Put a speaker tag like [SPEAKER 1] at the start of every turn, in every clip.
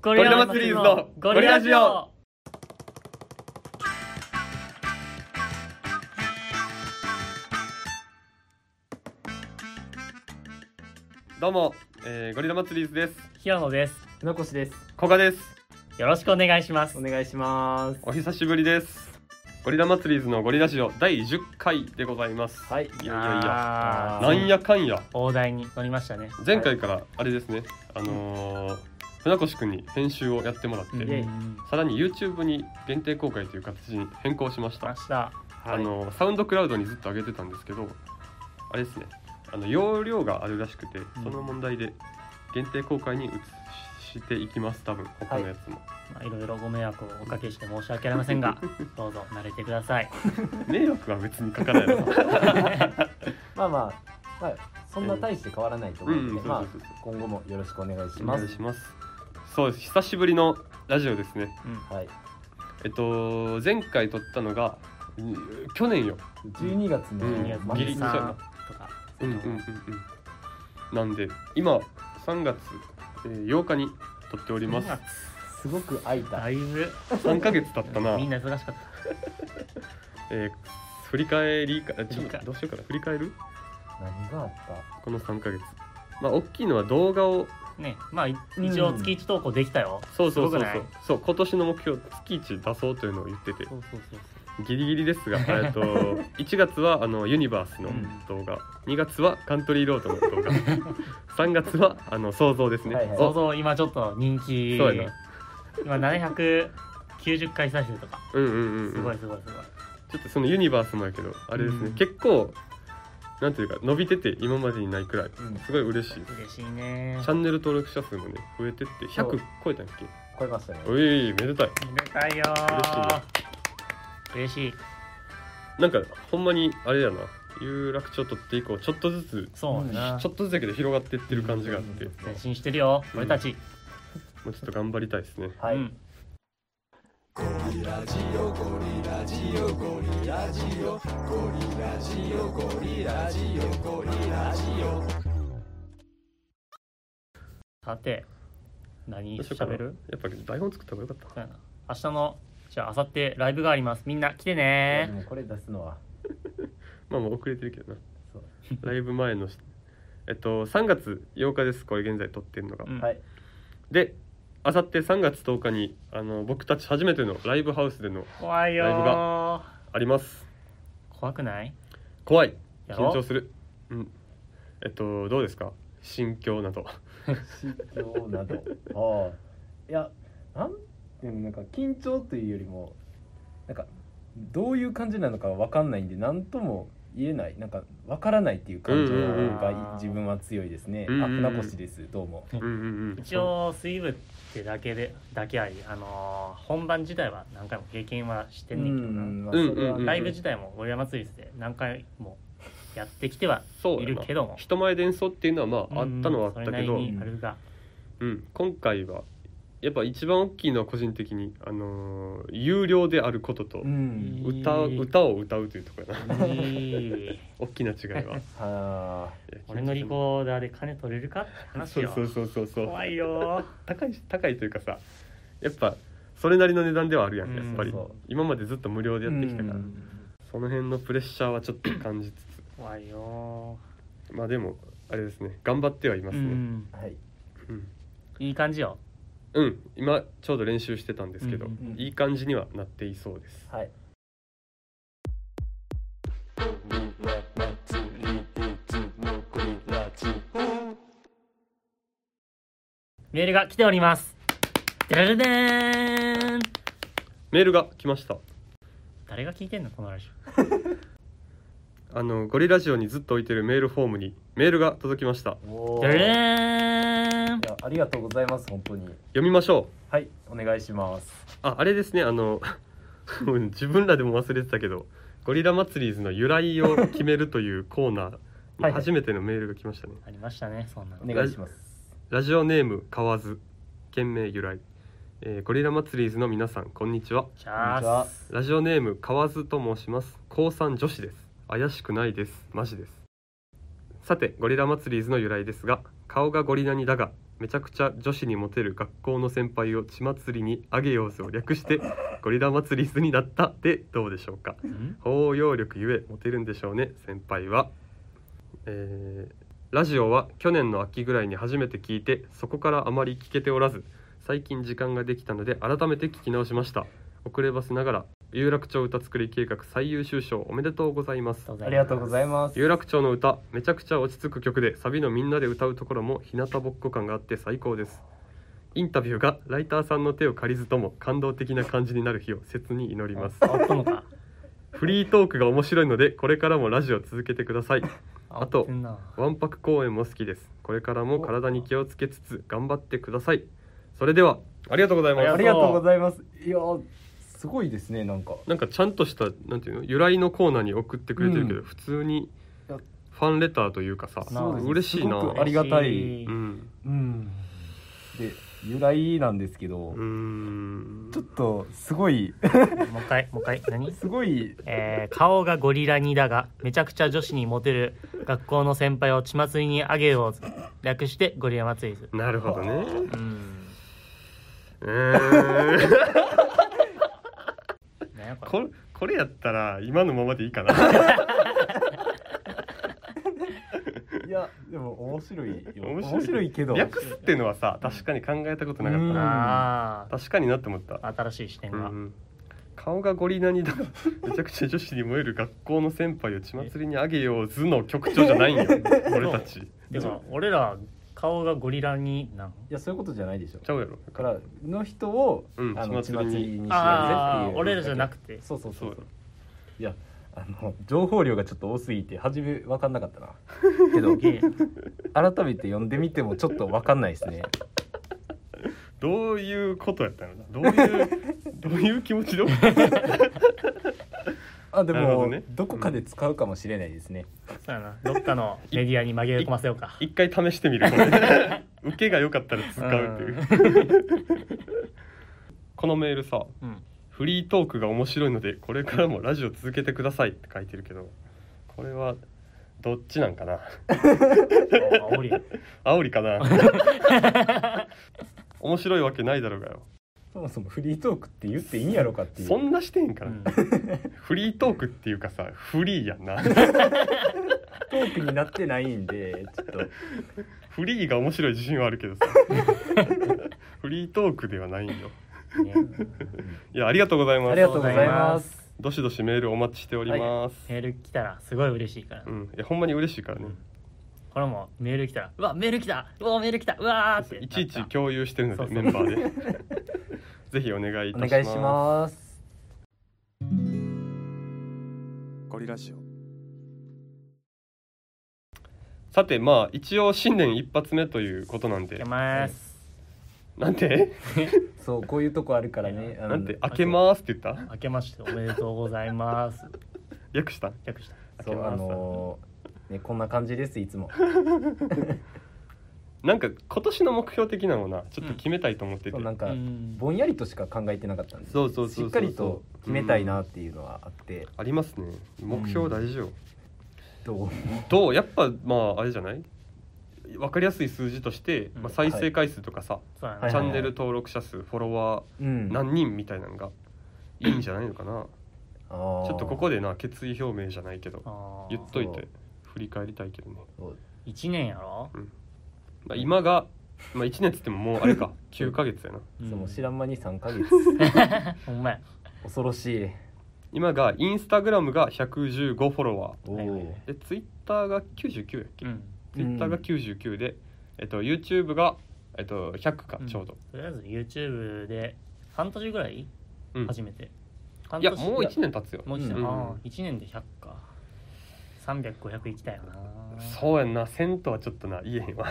[SPEAKER 1] ゴ
[SPEAKER 2] リラマシリーズのゴリラジオどうも、えー、ゴリラ祭りーズです。
[SPEAKER 1] ひよのです
[SPEAKER 3] 船越です。
[SPEAKER 2] 古賀です。
[SPEAKER 1] よろしくお願いします
[SPEAKER 3] お願いします。
[SPEAKER 2] お久しぶりです。ゴリラ祭りーズのゴリラジオ第10回でございます。
[SPEAKER 3] はい
[SPEAKER 2] いやいやいや。
[SPEAKER 1] あー
[SPEAKER 2] なんやかんや。
[SPEAKER 1] 大台に乗りましたね
[SPEAKER 2] 前回からあれですね。あのー、船越くんに編集をやってもらって、
[SPEAKER 3] イエイ
[SPEAKER 1] うん
[SPEAKER 2] さらに YouTube に限定公開という形に変更しました
[SPEAKER 1] ま。した
[SPEAKER 2] あのサウンドクラウドにずっと上げてたんですけどあれですねあの容量があるらしくて、
[SPEAKER 1] ん
[SPEAKER 2] その問題で限定公開に移ししていきます多分他のやつも、
[SPEAKER 1] まあいろいろご迷惑をおかけして申し訳ありませんがどうぞ慣れてください
[SPEAKER 2] 迷惑は別にかからないな
[SPEAKER 3] まあまあ、まあ、そんな大して変わらないと
[SPEAKER 2] う
[SPEAKER 3] 思うん
[SPEAKER 2] う
[SPEAKER 3] の
[SPEAKER 2] ん
[SPEAKER 3] で、
[SPEAKER 2] そう
[SPEAKER 3] ま
[SPEAKER 2] そう
[SPEAKER 3] あ
[SPEAKER 2] そう
[SPEAKER 3] 今後もよろしくお願いし
[SPEAKER 2] お
[SPEAKER 3] ま
[SPEAKER 2] 願
[SPEAKER 3] す
[SPEAKER 2] い。しますそうです久しぶりのラジオですね
[SPEAKER 3] はい。
[SPEAKER 2] えっと前回撮ったのがうん去年よ
[SPEAKER 3] 12月の
[SPEAKER 2] うん
[SPEAKER 3] 末
[SPEAKER 1] ギ
[SPEAKER 2] ギ
[SPEAKER 1] リ
[SPEAKER 2] リ
[SPEAKER 1] ギ
[SPEAKER 2] ギ
[SPEAKER 1] リ
[SPEAKER 2] リ
[SPEAKER 1] とか
[SPEAKER 2] うんうんうんうんなんで今3月えー8日に撮っております
[SPEAKER 3] すごく空いた。
[SPEAKER 1] だいぶ
[SPEAKER 2] 3ヶ月経ったな
[SPEAKER 1] みんな忙しかった
[SPEAKER 2] えー振り返りかあちょ
[SPEAKER 1] 振
[SPEAKER 2] っ
[SPEAKER 1] り返
[SPEAKER 2] とどうしようかな振り返る
[SPEAKER 3] 何があった
[SPEAKER 2] この3ヶ月まあ大きいのは動画を
[SPEAKER 1] ねまあい一応月1投稿できたよ
[SPEAKER 2] そうそ
[SPEAKER 1] す
[SPEAKER 2] うそ
[SPEAKER 1] ごく
[SPEAKER 2] うそ
[SPEAKER 1] ないう
[SPEAKER 2] そう今年の目標月1出そうというのを言ってて
[SPEAKER 1] そうそうそう
[SPEAKER 2] ギリギリですがえっと1月 はあのユニバースの
[SPEAKER 1] うん
[SPEAKER 2] 動画、2月はカントリーロードの動画 3月はあの想像ですね、
[SPEAKER 3] はいはい
[SPEAKER 1] そうそう今ちょっと人気
[SPEAKER 2] そうやな
[SPEAKER 1] 今790回再生とか
[SPEAKER 2] おうんうんうん、うん、
[SPEAKER 1] すごいすごいす
[SPEAKER 2] ちょっとそのユニバースもやけどあれですね、
[SPEAKER 1] うん
[SPEAKER 2] 結構なんていうか伸びてて今までにないくらいすごい嬉しい
[SPEAKER 1] ごい嬉しいね
[SPEAKER 2] チャンネル登録者数もね増えてって
[SPEAKER 3] そ
[SPEAKER 2] 100
[SPEAKER 3] う
[SPEAKER 2] 超えたんやっけ
[SPEAKER 3] 超えましたね。
[SPEAKER 2] おいめでたい
[SPEAKER 1] めでたいよー嬉しい
[SPEAKER 2] なんかほんまにあれやな有楽町取って以降ちょっとずつ
[SPEAKER 1] そうやな
[SPEAKER 2] ちょっとずつだけど広がってってる感じがあって
[SPEAKER 3] うん
[SPEAKER 2] も
[SPEAKER 1] 前進してるよ
[SPEAKER 2] うん
[SPEAKER 1] 俺たち
[SPEAKER 2] うちょっと頑張りたいですね
[SPEAKER 3] は
[SPEAKER 1] う
[SPEAKER 3] い。
[SPEAKER 1] んさて何喋る
[SPEAKER 2] やっぱ台本作った方がよかっ
[SPEAKER 1] そうやな明日のじゃあ明後日ライブがありますみんな来てね
[SPEAKER 3] でもこれ出すのは、
[SPEAKER 2] たまあもう遅れてるけ どな
[SPEAKER 3] そう
[SPEAKER 2] ライブ前のしえっと3月8日ですこれ現在撮ってるのが、
[SPEAKER 1] うん
[SPEAKER 3] はい。
[SPEAKER 2] であさって3月10日にあの僕たち初めてのライブハウスでの
[SPEAKER 1] 怖いよ
[SPEAKER 2] ライブ
[SPEAKER 1] ー
[SPEAKER 2] あります
[SPEAKER 1] 怖くない
[SPEAKER 2] 怖い
[SPEAKER 1] やろ
[SPEAKER 2] 緊張するうんえっとどうですか心境など
[SPEAKER 3] 心境 など。ああ。いや、なんでもなんか緊張というよりも、なんかどういう感じなのかわかんないんで、なんとも言えない。なんかわからないっていう感情
[SPEAKER 2] うんうんうん
[SPEAKER 3] が自分は強いですね。
[SPEAKER 2] うん
[SPEAKER 3] あ、
[SPEAKER 2] うんうん
[SPEAKER 3] 船越です。どうも。
[SPEAKER 2] うんうんうん
[SPEAKER 1] 一応水分ってだけでだけありあのー本番自体は何回も経験はしてんねんけどな、
[SPEAKER 2] う
[SPEAKER 3] ま
[SPEAKER 2] んうんうん
[SPEAKER 3] それは
[SPEAKER 1] ライブ自体もゴリラ祭りで何回もやってきては
[SPEAKER 2] そう
[SPEAKER 1] い
[SPEAKER 2] や
[SPEAKER 1] る
[SPEAKER 2] な
[SPEAKER 1] けども
[SPEAKER 2] 人前で演奏っていうのはまああったのはあったけど、
[SPEAKER 1] うんそれな
[SPEAKER 2] う
[SPEAKER 1] り
[SPEAKER 2] ん
[SPEAKER 1] にある が
[SPEAKER 2] 今回はやっぱ一番大きいのは個人的に、あのー有料であることと
[SPEAKER 3] うん。
[SPEAKER 2] 歌,、
[SPEAKER 1] いい
[SPEAKER 2] 歌を歌うというところやな
[SPEAKER 1] いい
[SPEAKER 2] 大きな違いはいや
[SPEAKER 3] はあ。
[SPEAKER 1] 俺のリコーダーで金取れるかって話
[SPEAKER 2] そう
[SPEAKER 1] よ
[SPEAKER 2] そうそうそうそう
[SPEAKER 1] 怖いよ
[SPEAKER 2] 高いし高いというかさやっぱそれなりの値段ではあるやんやっぱり、
[SPEAKER 3] うんそう
[SPEAKER 2] 今までずっと無料でやってきたから、
[SPEAKER 3] うん
[SPEAKER 2] その辺のプレッシャーはちょっと感じつ
[SPEAKER 1] 怖いよ、
[SPEAKER 2] つまあでもあれですね頑張ってはいま
[SPEAKER 1] う
[SPEAKER 2] すね
[SPEAKER 1] ん、
[SPEAKER 3] はい。
[SPEAKER 2] うん、
[SPEAKER 1] いい感じよ
[SPEAKER 2] うん、今ちょうど練習してたんですけど、
[SPEAKER 1] うん
[SPEAKER 3] うん
[SPEAKER 2] いい感じにはなっていそうです
[SPEAKER 3] はい。
[SPEAKER 1] メールが来ておりますでるでーん
[SPEAKER 2] メールが来ました
[SPEAKER 1] 誰が聞いてんのこのラジ
[SPEAKER 2] あのゴリラジオにずっと置いてるメールフォームにメールが届きました
[SPEAKER 3] お
[SPEAKER 1] オ
[SPEAKER 3] ー
[SPEAKER 1] でるで
[SPEAKER 3] い
[SPEAKER 1] ーん
[SPEAKER 3] やありがとうございます本当に。
[SPEAKER 2] 読みましょ
[SPEAKER 3] はいお願いします。
[SPEAKER 2] うああれですねあの 自分らでも忘れてたけどゴリラ祭りーズの由来を決めるというコーナーに
[SPEAKER 3] はい
[SPEAKER 2] 初めてのメールが来ましたね、
[SPEAKER 1] ありましたねそんなの
[SPEAKER 3] お願いします。
[SPEAKER 2] ラジオネーム河津県名由来、えーゴリラ祭りーズの皆さんこんにちは
[SPEAKER 1] じゃ
[SPEAKER 3] こんにちは
[SPEAKER 1] あ
[SPEAKER 2] ラジオネーム河津と申します高三女子です怪しくないですマジですさてゴリラ祭りーズの由来ですが顔がゴリラにだがめちゃくちゃ女子にモテる学校の先輩を血祭りにあげようぜを略してゴリラ祭りずになったでどうでしょうか
[SPEAKER 1] ん
[SPEAKER 2] 包容力ゆえモテるんでしょうね先輩は、えーラジオは去年の秋ぐらいに初めて聞いてそこからあまり聞けておらず最近時間ができたので改めて聞き直しました遅ればせながら有楽町歌作り計画最優秀賞おめでとうございます
[SPEAKER 3] ありがとうござい
[SPEAKER 1] す。
[SPEAKER 3] ます
[SPEAKER 2] 有楽町の歌めちゃくちゃ落ち着く曲でサビのみんなで歌うところも日向ぼっこ感があって最高ですインタビューがライターさんの手を借りずとも感動的な感じになる日を切に祈ります
[SPEAKER 1] あ煽ったのか。
[SPEAKER 2] フリートークが面白いのでこれからもラジオ続けてくださいあ
[SPEAKER 1] 煽
[SPEAKER 2] と
[SPEAKER 1] ってんな
[SPEAKER 2] わんぱく公演も好きですこれからも体に気をつけつつ頑張ってくださいそれではありがとうございま
[SPEAKER 1] あ
[SPEAKER 3] あ
[SPEAKER 2] す
[SPEAKER 3] りがとうございますいやーすごいですねなんか
[SPEAKER 2] なんかちゃんとしたなんていうの由来のコーナーに送ってくれてるけど、
[SPEAKER 3] うん
[SPEAKER 2] 普通に
[SPEAKER 3] いや
[SPEAKER 2] ファンレターというかさ
[SPEAKER 1] そうですね
[SPEAKER 2] 嬉しいな
[SPEAKER 3] すごくありがたい
[SPEAKER 1] 嬉し
[SPEAKER 2] うん
[SPEAKER 3] うんで由来なんですけど、
[SPEAKER 2] うーん
[SPEAKER 3] ちょっとすごい
[SPEAKER 1] もう一回もう一回何？
[SPEAKER 3] すごい
[SPEAKER 1] えー顔がゴリラにだがめちゃくちゃ女子にモテる学校の先輩を血祭りにあげよう略してゴリラ祭りず
[SPEAKER 2] なるほどね
[SPEAKER 1] うん
[SPEAKER 2] うーん
[SPEAKER 1] なんやこれ
[SPEAKER 2] ここれやったら今のままでいいかな
[SPEAKER 3] いやでも面白いよ
[SPEAKER 2] 面
[SPEAKER 3] 面
[SPEAKER 2] 白
[SPEAKER 3] 白
[SPEAKER 2] い
[SPEAKER 3] いけど
[SPEAKER 2] 略すっていうのはさ確かに考えたことなかったな
[SPEAKER 1] あ
[SPEAKER 2] 確かになって思った
[SPEAKER 1] あ新しい視点
[SPEAKER 2] う
[SPEAKER 1] が、
[SPEAKER 2] ん顔がゴリラにだめちゃくちゃ女子に燃える学校の先輩を血祭りにあげよう図の局長じゃないんよ俺たち
[SPEAKER 1] でも俺ら顔がゴリラになん
[SPEAKER 3] いやそういうことじゃないでしょ
[SPEAKER 2] ちゃうやろ
[SPEAKER 3] だからの人を、
[SPEAKER 2] うん
[SPEAKER 3] あの
[SPEAKER 2] 血
[SPEAKER 3] 血
[SPEAKER 2] 祭り
[SPEAKER 3] 祭り
[SPEAKER 2] に
[SPEAKER 3] にしようぜっていう
[SPEAKER 1] ああ俺らじゃなくて
[SPEAKER 3] そうそうそう
[SPEAKER 2] そう
[SPEAKER 3] いやあの情報量がちょっと多すぎて初め分かんなかっ たなけど
[SPEAKER 1] ゲー
[SPEAKER 3] 改めて読んでみてもちょっと分かんないですね
[SPEAKER 2] どういうことやったのなどういうどういう気持ちで送ったの
[SPEAKER 3] あで
[SPEAKER 2] なるほど
[SPEAKER 3] もど,、
[SPEAKER 2] ね
[SPEAKER 3] こかで使うかもしれないですね、
[SPEAKER 1] そうやなどっかのメディアに紛れ込ませようか
[SPEAKER 2] 一回試してみるこれ受けが良かったら使うっていう このメールさ
[SPEAKER 1] うん
[SPEAKER 2] フリートークが面白いのでこれからもラジオ続けてくださいって書いてるけどこれはどっちなんかな
[SPEAKER 1] あ煽りや
[SPEAKER 2] 煽りかな面白いわけないだろうがよ
[SPEAKER 3] そもそもフリートークって言っていいんやろかっていう
[SPEAKER 2] そんなしてんか
[SPEAKER 1] う
[SPEAKER 2] ら、
[SPEAKER 1] ん
[SPEAKER 2] フリートークっていうかさフリーやんな
[SPEAKER 3] トークになってないんでち ょっと
[SPEAKER 2] フリーが面白い自信はあるけどさフリートークではないんよ
[SPEAKER 1] ね
[SPEAKER 2] いやありがとうございます
[SPEAKER 3] ありがとうございます
[SPEAKER 2] どしどしメールお待ちしております、
[SPEAKER 1] メール来たらすごい嬉しいから、
[SPEAKER 2] うんいやほんまに嬉しいからね、
[SPEAKER 1] これもメール来たらうわメール来たうわメール来たうわーって
[SPEAKER 2] いちいち
[SPEAKER 1] 日
[SPEAKER 2] 共有してるので
[SPEAKER 1] そうそう
[SPEAKER 2] メンバーでぜひお願いい
[SPEAKER 3] お
[SPEAKER 2] たします
[SPEAKER 3] 願いします
[SPEAKER 2] ゴリラジオさてまあ一応新年一発目ということなんで
[SPEAKER 1] けます
[SPEAKER 2] なんて
[SPEAKER 3] そうこういうとこあるからねあの
[SPEAKER 2] なんて開けますって言った
[SPEAKER 1] 明けましておめでとうございます。
[SPEAKER 2] 略した
[SPEAKER 1] 略した。
[SPEAKER 2] 開け
[SPEAKER 3] そう
[SPEAKER 2] ます
[SPEAKER 3] あのーねこんな感じですい つも
[SPEAKER 2] なんか今年の目標的なのなちょっと決めたいと思ってて、
[SPEAKER 3] そうなんか
[SPEAKER 1] うん
[SPEAKER 3] ぼんやりとしか考えてなかったんです
[SPEAKER 2] そうそうそうそう
[SPEAKER 3] しっかりと決めたいなっていうのはあって、
[SPEAKER 2] ありますね目標大事よ、
[SPEAKER 3] どう
[SPEAKER 2] どうやっぱまああれじゃない分かりやすい数字として、
[SPEAKER 1] うん
[SPEAKER 2] まあ、再生回数とかさ、
[SPEAKER 1] そうや
[SPEAKER 3] は
[SPEAKER 1] ない
[SPEAKER 2] チ
[SPEAKER 3] は
[SPEAKER 2] ャ
[SPEAKER 3] い
[SPEAKER 2] ンネル登録者数フォロワ
[SPEAKER 3] うん
[SPEAKER 2] ー何人みたいなのがいいんじゃないのかな、
[SPEAKER 3] あー
[SPEAKER 2] ちょっとここでな決意表明じゃないけど
[SPEAKER 1] あ
[SPEAKER 2] 言っといて
[SPEAKER 3] そう
[SPEAKER 2] 振り返りたいけどね、
[SPEAKER 3] そう
[SPEAKER 1] 一年やろ。
[SPEAKER 2] まあ、今が、まあ、1年っつってももうあれか9ヶ月やな
[SPEAKER 1] うん
[SPEAKER 3] その知らん間に3ヶ月
[SPEAKER 1] ほんまや。
[SPEAKER 3] 恐ろしい
[SPEAKER 2] 今がインスタグラムが115フォロワ
[SPEAKER 3] お
[SPEAKER 1] はいは
[SPEAKER 3] お
[SPEAKER 1] い
[SPEAKER 2] ーでツイッターが99やっけ、
[SPEAKER 1] うん。
[SPEAKER 2] ツイッターが99で、えっと、YouTube が、えっと、100か
[SPEAKER 1] うん
[SPEAKER 2] ちょうど、
[SPEAKER 1] とりあえず YouTube で半年ぐらい
[SPEAKER 2] うん
[SPEAKER 1] 初めて。半
[SPEAKER 2] いやもう1。年経つよ
[SPEAKER 1] もう一
[SPEAKER 2] う
[SPEAKER 1] 年。
[SPEAKER 2] ん
[SPEAKER 1] ああ、一年で百か。三百五百いきたいよな。
[SPEAKER 2] そうやんな1000とはちょっとな言えへんわ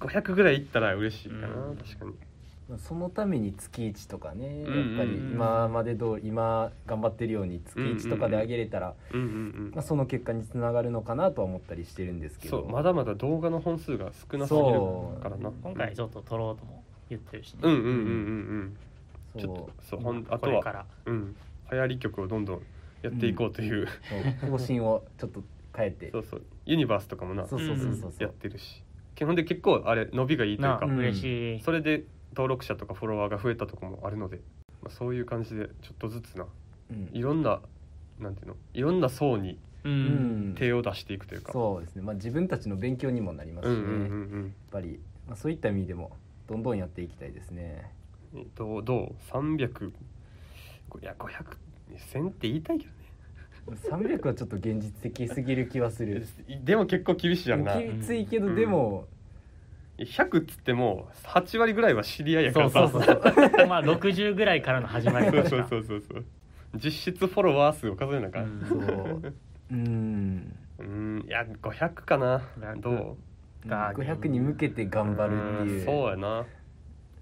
[SPEAKER 2] 500ぐらいいったら嬉しいかな、
[SPEAKER 1] うん
[SPEAKER 2] 確かに
[SPEAKER 3] そのために月1とかねやっ
[SPEAKER 2] うんうん
[SPEAKER 3] ぱり今までどう今頑張ってるように月1とかで上げれたら、
[SPEAKER 2] うんうんう
[SPEAKER 3] まあ、
[SPEAKER 2] ん
[SPEAKER 3] その結果につながるのかなとは思ったりしてるんですけ
[SPEAKER 2] そ
[SPEAKER 3] ど
[SPEAKER 2] うまだまだ動画の本数が少なすぎる
[SPEAKER 3] そう
[SPEAKER 2] からな
[SPEAKER 1] 今回ちょっと撮ろうとも言ってるしね。
[SPEAKER 2] うんうんうんうんうん
[SPEAKER 3] そう
[SPEAKER 2] ちょっとそうほんあ
[SPEAKER 1] ことれ
[SPEAKER 2] は
[SPEAKER 1] から。
[SPEAKER 2] うん、流行り曲をどんどんやっていこうという、
[SPEAKER 3] そう方針をちょっと変えて
[SPEAKER 2] そうそうユニバースとかもな
[SPEAKER 3] そうそうそうそう
[SPEAKER 2] やってるし基本で結構あれ伸びがいいという
[SPEAKER 1] なあ
[SPEAKER 2] か、
[SPEAKER 3] うん
[SPEAKER 1] 嬉しい
[SPEAKER 2] それで登録者とかフォロワーが増えたとこもあるので、まあ、そういう感じでちょっとずつな
[SPEAKER 3] うん
[SPEAKER 2] いろんななんていうのいろんな層に
[SPEAKER 1] う
[SPEAKER 3] うんん
[SPEAKER 2] 手を出していくというか、
[SPEAKER 3] そうですね、まあ、自分たちの勉強にもなります
[SPEAKER 2] うん
[SPEAKER 3] し
[SPEAKER 2] う
[SPEAKER 3] ね、
[SPEAKER 2] んうん
[SPEAKER 3] やっ
[SPEAKER 2] うん
[SPEAKER 3] ぱり、まあ、そういった意味でもどんどんやっていきたいですね
[SPEAKER 2] えっとどう300500 1000って言いたいけどね
[SPEAKER 3] 300はちょっと現実的すぎる気はする
[SPEAKER 2] でも結構厳 しいやんな
[SPEAKER 3] きついけど、でも
[SPEAKER 2] 100っつっても8割ぐらいは知り合いやか
[SPEAKER 1] そ
[SPEAKER 2] ら
[SPEAKER 1] う
[SPEAKER 2] さ
[SPEAKER 1] そうそうそうまあ60ぐらいからの始まり
[SPEAKER 2] そ
[SPEAKER 1] ま
[SPEAKER 2] う
[SPEAKER 1] し
[SPEAKER 2] そう
[SPEAKER 1] た
[SPEAKER 2] そうそうそう実質フォロワー数を数えなあかん
[SPEAKER 3] そううん
[SPEAKER 2] うんいや500かな
[SPEAKER 1] 500
[SPEAKER 2] どう
[SPEAKER 1] が
[SPEAKER 3] 500に向けて頑張るっていう
[SPEAKER 2] うんそうやな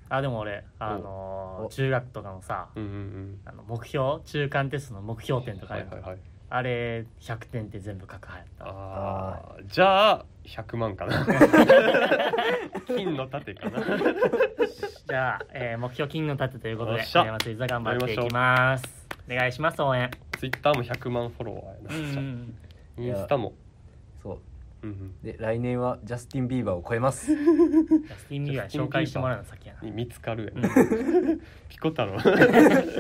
[SPEAKER 1] あでも俺あのー
[SPEAKER 3] お
[SPEAKER 1] 中学とかのさ
[SPEAKER 2] うんうん
[SPEAKER 1] あの目標中間テストの目標点
[SPEAKER 2] う
[SPEAKER 1] と
[SPEAKER 2] ん
[SPEAKER 1] かあ
[SPEAKER 2] は
[SPEAKER 1] る
[SPEAKER 2] い
[SPEAKER 1] やん
[SPEAKER 2] はいはい
[SPEAKER 1] あれ100点って全部書くはやっ た
[SPEAKER 2] あーじゃあ100万か な金の盾かな
[SPEAKER 1] じゃあ、えー目標金の盾ということ
[SPEAKER 2] よ
[SPEAKER 1] で
[SPEAKER 2] っしゃ
[SPEAKER 1] 山津座頑張っていきますお願いします応援
[SPEAKER 2] ツイッターも100万フォロワ
[SPEAKER 1] う
[SPEAKER 2] ーや な、
[SPEAKER 1] ん
[SPEAKER 2] インスタも、
[SPEAKER 3] そ
[SPEAKER 2] うん
[SPEAKER 3] うで来年はジャスティン・ビーバーを超 えます
[SPEAKER 1] ジャスティン・ビーバー紹介してもらうの先やな
[SPEAKER 2] うん、見つかる
[SPEAKER 1] う
[SPEAKER 2] や
[SPEAKER 1] ん
[SPEAKER 2] ん、ピコ太 郎第二のピコ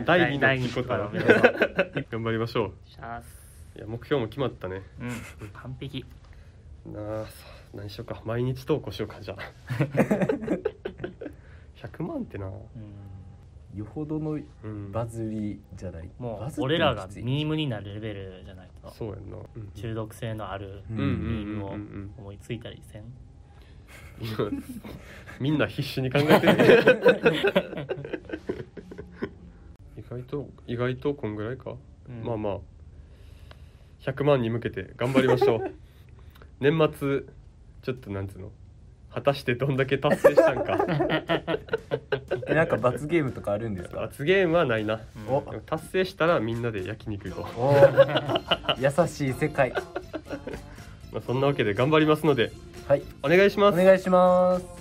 [SPEAKER 2] 太郎
[SPEAKER 1] 第二のピコ太郎
[SPEAKER 2] 頑張りましょ
[SPEAKER 1] シャース
[SPEAKER 2] ういや目標も決まったね
[SPEAKER 1] うん完璧
[SPEAKER 2] なあさ何しようか毎日投稿しようかじゃ あ100万ってな
[SPEAKER 1] うん
[SPEAKER 3] よほどの
[SPEAKER 2] うん
[SPEAKER 3] バズりじゃない
[SPEAKER 1] も
[SPEAKER 3] バ
[SPEAKER 1] う
[SPEAKER 3] ズって
[SPEAKER 1] 俺
[SPEAKER 3] いうの
[SPEAKER 1] ら
[SPEAKER 3] は
[SPEAKER 1] が
[SPEAKER 3] きつい
[SPEAKER 1] ミームになるレベルじゃないと
[SPEAKER 2] そうやんな、うん
[SPEAKER 1] 中毒性のある
[SPEAKER 3] うん
[SPEAKER 1] ミームを
[SPEAKER 2] うんうんうんうん
[SPEAKER 1] 思いついたりせん
[SPEAKER 2] 今 みんな必死に考えてる 意外と意外とこんぐらいか、
[SPEAKER 1] うん
[SPEAKER 2] まあまあ100万に向けて頑張りましょ う年末ちょっとなんつうの果たしてどんだけ達成した んか
[SPEAKER 3] えなんか罰ゲームとかあるんで すか
[SPEAKER 2] 罰ゲームはないな
[SPEAKER 1] うん
[SPEAKER 3] お
[SPEAKER 2] でも達成したらみんなで焼肉行こ
[SPEAKER 3] おー優しい世界
[SPEAKER 2] う、まあ、そんなわけで頑張りますので
[SPEAKER 3] はい
[SPEAKER 2] お願いし
[SPEAKER 3] お
[SPEAKER 2] ます
[SPEAKER 3] 願いします